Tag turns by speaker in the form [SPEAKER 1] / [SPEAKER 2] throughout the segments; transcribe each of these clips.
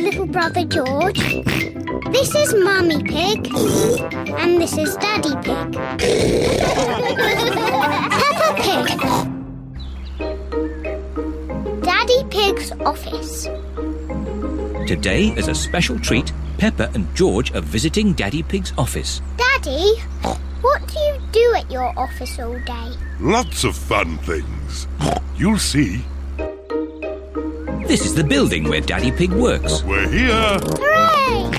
[SPEAKER 1] little brother George. This is Mummy Pig. And this is Daddy Pig. Peppa Pig. Daddy Pig's office.
[SPEAKER 2] Today, as a special treat, Pepper and George are visiting Daddy Pig's office.
[SPEAKER 1] Daddy, what do you do at your office all day?
[SPEAKER 3] Lots of fun things. You'll see.
[SPEAKER 2] This is the building where Daddy Pig works.
[SPEAKER 3] We're here.
[SPEAKER 1] Hooray!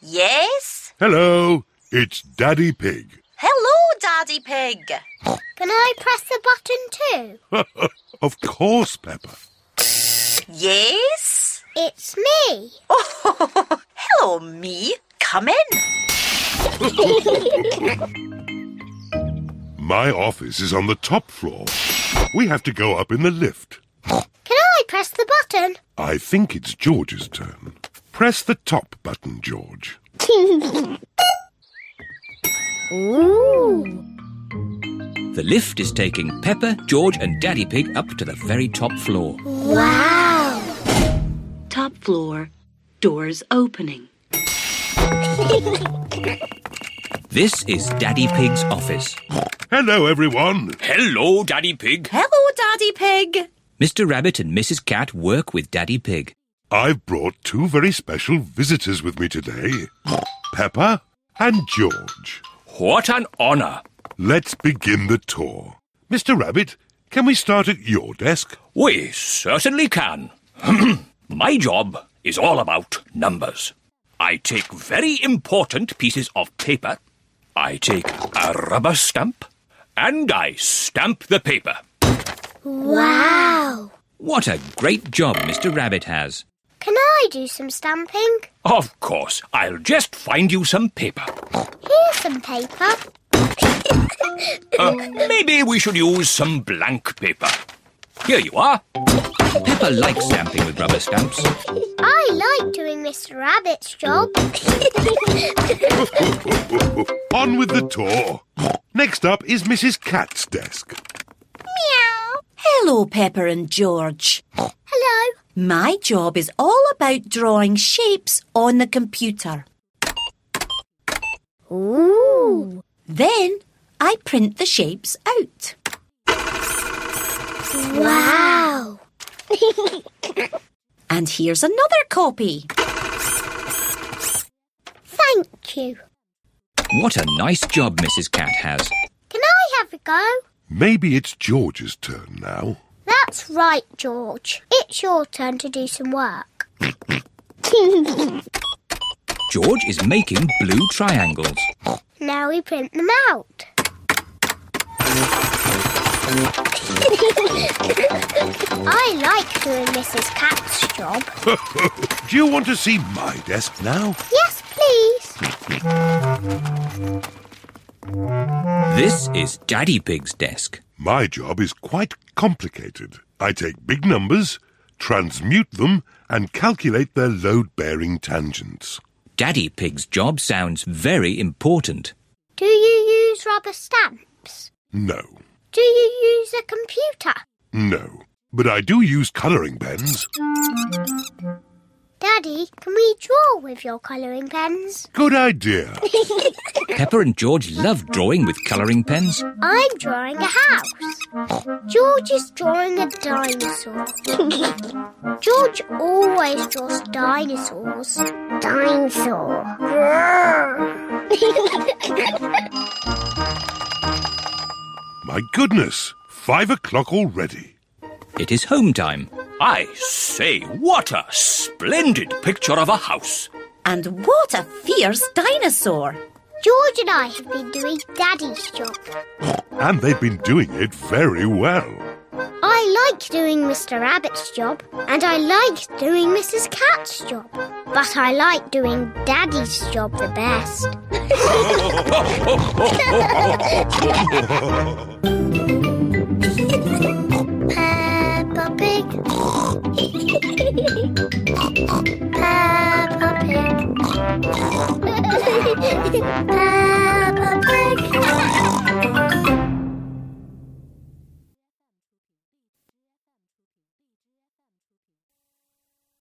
[SPEAKER 4] Yes?
[SPEAKER 3] Hello. It's Daddy Pig.
[SPEAKER 4] Hello, Daddy Pig.
[SPEAKER 1] Can I press the button too?
[SPEAKER 3] Of course, Pepper.
[SPEAKER 4] Yes?
[SPEAKER 1] It's me.
[SPEAKER 4] Hello, me. Come in.
[SPEAKER 3] My office is on the top floor. We have to go up in the lift.
[SPEAKER 1] Can I press the button?
[SPEAKER 3] I think it's George's turn. Press the top button, George.
[SPEAKER 1] Ooh.
[SPEAKER 2] The lift is taking Pepper, George, and Daddy Pig up to the very top floor.
[SPEAKER 1] Wow.
[SPEAKER 5] Top floor. Doors opening.
[SPEAKER 2] This is Daddy Pig's office.
[SPEAKER 3] Hello, everyone.
[SPEAKER 2] Hello, Daddy Pig.
[SPEAKER 4] Hello, Daddy Pig.
[SPEAKER 2] Mr. Rabbit and Mrs. Cat work with Daddy Pig.
[SPEAKER 3] I've brought two very special visitors with me today Pepper and George.
[SPEAKER 2] What an honor.
[SPEAKER 3] Let's begin the tour. Mr. Rabbit, can we start at your desk?
[SPEAKER 2] We certainly can. My job is all about numbers. I take very important pieces of paper, I take a rubber stamp, and I stamp the paper.
[SPEAKER 1] Wow.
[SPEAKER 2] What a great job Mr. Rabbit has.
[SPEAKER 1] Can I do some stamping?
[SPEAKER 2] Of course, I'll just find you some paper.
[SPEAKER 1] Here's some paper.
[SPEAKER 2] Uh, maybe we should use some blank paper. Here you are. Pepper likes stamping with rubber stamps.
[SPEAKER 1] I like doing Mr. Rabbit's job.
[SPEAKER 3] On with the tour. Next up is Mrs. Cat's desk.
[SPEAKER 1] Meow.
[SPEAKER 5] Hello, Pepper and George.
[SPEAKER 1] Hello.
[SPEAKER 5] My job is all about drawing shapes on the computer.
[SPEAKER 1] Ooh.
[SPEAKER 5] Then I print the shapes out.
[SPEAKER 1] Wow.
[SPEAKER 5] And here's another copy.
[SPEAKER 1] Thank you.
[SPEAKER 2] What a nice job Mrs. Cat has.
[SPEAKER 1] Can I have a go?
[SPEAKER 3] Maybe it's George's turn now.
[SPEAKER 1] That's right, George. It's your turn to do some work.
[SPEAKER 2] George is making blue triangles.
[SPEAKER 1] now we print them out. I like doing Mrs. Cat's job.
[SPEAKER 3] Do you want to see my desk now?
[SPEAKER 1] Yes, please.
[SPEAKER 2] This is Daddy Pig's desk.
[SPEAKER 3] My job is quite complicated. I take big numbers, transmute them, and calculate their load bearing tangents.
[SPEAKER 2] Daddy Pig's job sounds very important.
[SPEAKER 1] Do you use rubber stamps?
[SPEAKER 3] No,
[SPEAKER 1] Do you use a computer?
[SPEAKER 3] no. But I do use colouring pens.
[SPEAKER 1] Daddy, can we draw with your colouring pens?
[SPEAKER 3] Good idea.
[SPEAKER 2] Pepper and George love drawing with colouring pens.
[SPEAKER 1] I'm drawing a house. George is drawing a dinosaur. George always draws dinosaurs. Dinosaur.
[SPEAKER 3] My goodness, five o'clock already.
[SPEAKER 2] It is home time. I say, what a splendid picture of a house.
[SPEAKER 5] And what a fierce dinosaur!
[SPEAKER 1] George and I have been doing Daddy's job.
[SPEAKER 3] And they've been doing it very well.
[SPEAKER 1] I like doing Mr. Rabbit's job, and I like doing Mrs. Cat's job. But I like doing Daddy's job the best. Peppa Pig. Peppa Pig. Peppa